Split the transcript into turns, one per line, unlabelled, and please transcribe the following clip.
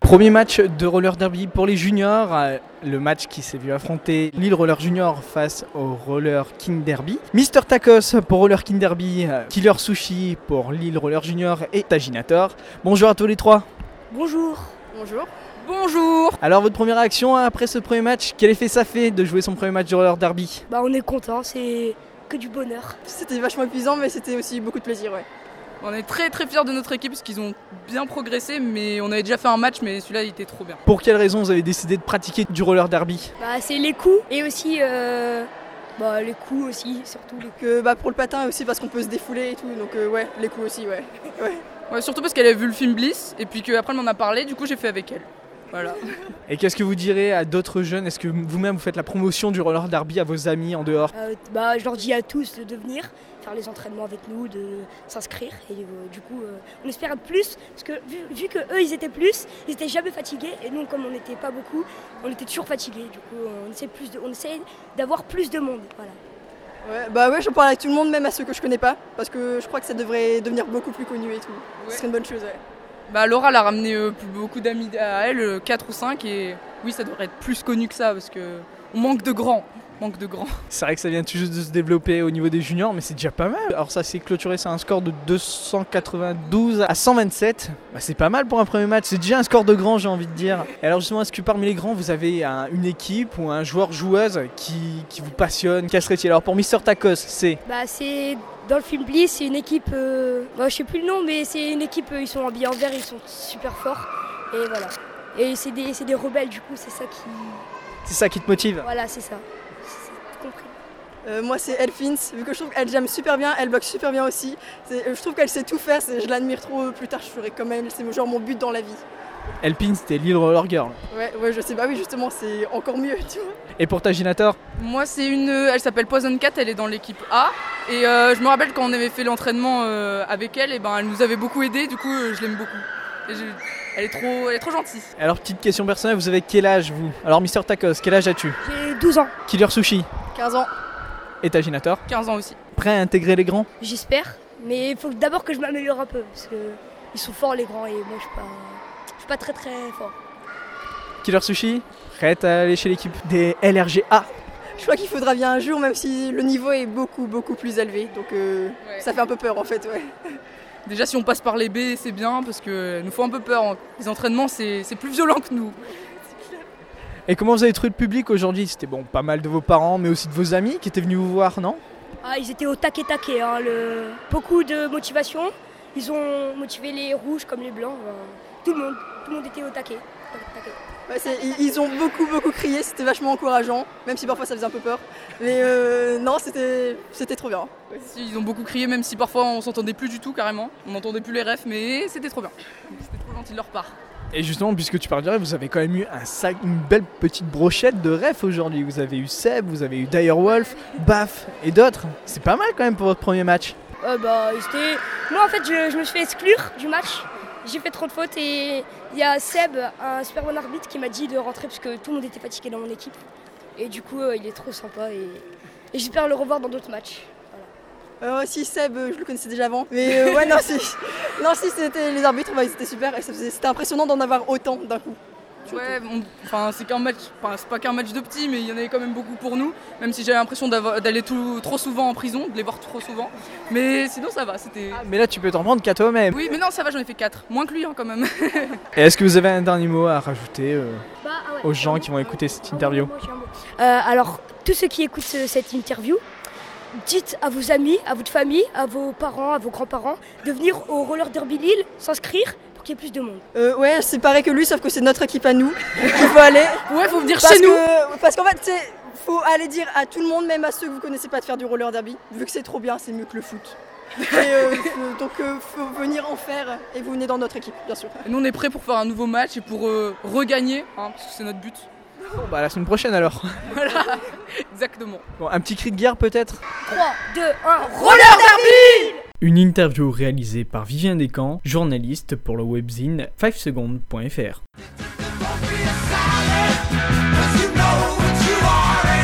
Premier match de roller derby pour les juniors, euh, le match qui s'est vu affronter l'île roller junior face au roller king derby. Mister Tacos pour roller king derby, euh, Killer Sushi pour l'île roller junior et Taginator. Bonjour à tous les trois.
Bonjour.
Bonjour.
Bonjour.
Alors votre première réaction hein, après ce premier match, quel effet ça fait de jouer son premier match de roller derby
Bah on est content, c'est que du bonheur.
C'était vachement épuisant mais c'était aussi beaucoup de plaisir ouais.
On est très très fiers de notre équipe parce qu'ils ont bien progressé, mais on avait déjà fait un match, mais celui-là il était trop bien.
Pour quelles raisons vous avez décidé de pratiquer du roller derby
Bah c'est les coups et aussi euh, bah, les coups aussi surtout.
Donc, euh, bah, pour le patin aussi parce qu'on peut se défouler et tout, donc euh, ouais les coups aussi ouais. ouais.
ouais surtout parce qu'elle avait vu le film Bliss et puis qu'après elle m'en a parlé, du coup j'ai fait avec elle. Voilà.
Et qu'est-ce que vous direz à d'autres jeunes Est-ce que vous-même vous faites la promotion du roller derby à vos amis en dehors
euh, Bah, je leur dis à tous de venir faire les entraînements avec nous, de s'inscrire. Et euh, du coup, euh, on espère être plus parce que vu, vu, que eux, ils étaient plus, ils étaient jamais fatigués et nous, comme on n'était pas beaucoup, on était toujours fatigués. Du coup, on essaie plus de, on essaie d'avoir plus de monde. Voilà.
Ouais, bah ouais, j'en parle à tout le monde, même à ceux que je connais pas, parce que je crois que ça devrait devenir beaucoup plus connu et tout. Ouais. Ce serait une bonne chose. Ouais.
Bah, Laura l'a ramené euh, beaucoup d'amis à elle, 4 ou 5, et oui, ça devrait être plus connu que ça parce que on manque de grands. Manque de grands.
C'est vrai que ça vient tout juste de se développer au niveau des juniors, mais c'est déjà pas mal. Alors, ça s'est clôturé sur un score de 292 à 127. Bah, c'est pas mal pour un premier match. C'est déjà un score de grand, j'ai envie de dire. Et alors, justement, est-ce que parmi les grands, vous avez un, une équipe ou un joueur-joueuse qui, qui, vous passionne Quel serait-il Alors, pour Mister Tacos, c'est.
Bah, c'est dans le film Bliss, c'est une équipe, euh, bah, je sais plus le nom, mais c'est une équipe, euh, ils sont habillés en vert, ils sont super forts. Et voilà. Et c'est des, des, rebelles, du coup, c'est ça qui.
C'est ça qui te motive
Voilà, c'est ça. C'est compris.
Euh, moi, c'est Elfins, vu que je trouve qu'elle j'aime super bien, elle boxe super bien aussi. euh, Je trouve qu'elle sait tout faire, je l'admire trop. Plus tard, je ferai quand même, c'est genre mon but dans la vie.
Elpin, c'était Lil Roller Girl.
Ouais, ouais, je sais, bah oui, justement, c'est encore mieux, tu vois.
Et pour ta Ginator
Moi, c'est une. euh, Elle s'appelle Poison Cat, elle est dans l'équipe A. Et euh, je me rappelle quand on avait fait l'entraînement euh, avec elle, et ben elle nous avait beaucoup aidé, du coup, euh, je l'aime beaucoup. Et je... Elle est, trop, elle est trop gentille.
Alors, petite question personnelle, vous avez quel âge vous Alors, Mister Tacos, quel âge as-tu
J'ai 12 ans.
Killer Sushi
15 ans.
Et ta Ginator
15 ans aussi.
Prêt à intégrer les grands
J'espère, mais il faut d'abord que je m'améliore un peu, parce que ils sont forts les grands, et moi je suis pas pas très très fort.
Killer Sushi, prête à aller chez l'équipe des LRGA
Je crois qu'il faudra bien un jour, même si le niveau est beaucoup beaucoup plus élevé. Donc euh, ouais. ça fait un peu peur en fait, ouais.
Déjà si on passe par les B, c'est bien parce que nous faut un peu peur. hein. Les entraînements, c'est plus violent que nous.
Et comment vous avez trouvé le public aujourd'hui C'était bon, pas mal de vos parents, mais aussi de vos amis qui étaient venus vous voir, non
Ah, ils étaient au taquet taquet. Hein, le... Beaucoup de motivation. Ils ont motivé les rouges comme les blancs. Hein. Tout le monde tout le monde était au taquet.
Ouais, ils ont beaucoup beaucoup crié, c'était vachement encourageant, même si parfois ça faisait un peu peur. Mais euh, non, c'était trop bien.
Ils ont beaucoup crié, même si parfois on s'entendait plus du tout carrément. On n'entendait plus les refs, mais c'était trop bien. C'était trop gentil de leur part.
Et justement, puisque tu parles de rêve, vous avez quand même eu un sac, une belle petite brochette de rêves aujourd'hui. Vous avez eu Seb, vous avez eu Dyer Wolf, Baff et d'autres. C'est pas mal quand même pour votre premier match.
Euh, bah, Moi en fait, je, je me suis fait exclure du match j'ai fait trop de fautes et il y a Seb, un super bon arbitre, qui m'a dit de rentrer parce que tout le monde était fatigué dans mon équipe. Et du coup, euh, il est trop sympa et, et j'espère le revoir dans d'autres matchs.
Voilà. Euh, si Seb, je le connaissais déjà avant, mais euh, ouais non si, non si c'était les arbitres, ouais, ils étaient super et c'était impressionnant d'en avoir autant d'un coup.
Ouais, on, enfin c'est qu'un match, enfin, c'est pas qu'un match de petits, mais il y en avait quand même beaucoup pour nous. Même si j'avais l'impression d'aller trop souvent en prison, de les voir trop souvent. Mais sinon ça va, c'était.
Ah, mais là tu peux t'en prendre qu'à toi-même.
Oui, mais non ça va, j'en ai fait 4 moins que lui hein, quand même.
Et est-ce que vous avez un dernier mot à rajouter euh, bah, ah ouais, aux gens qui vont écouter cette interview
euh, Alors tous ceux qui écoutent ce, cette interview, dites à vos amis, à votre famille, à vos parents, à vos grands-parents de venir au Roller Derby Lille, s'inscrire qu'il y ait plus de monde.
Euh, ouais, c'est pareil que lui, sauf que c'est notre équipe à nous qu'il faut aller.
Ouais, faut venir chez nous.
Que, parce qu'en fait, c'est faut aller dire à tout le monde, même à ceux que vous connaissez pas, de faire du roller derby. Vu que c'est trop bien, c'est mieux que le foot. et euh, donc euh, faut venir en faire et vous venez dans notre équipe, bien sûr.
Et nous, on est prêts pour faire un nouveau match et pour regagner, hein, parce que c'est notre but.
Bon, bah, la semaine prochaine alors.
voilà, exactement.
Bon, un petit cri de guerre peut-être
3, 2, 1, roller derby
Une interview réalisée par Vivien Descamps, journaliste pour le webzine 5secondes.fr.
Cause you know what you are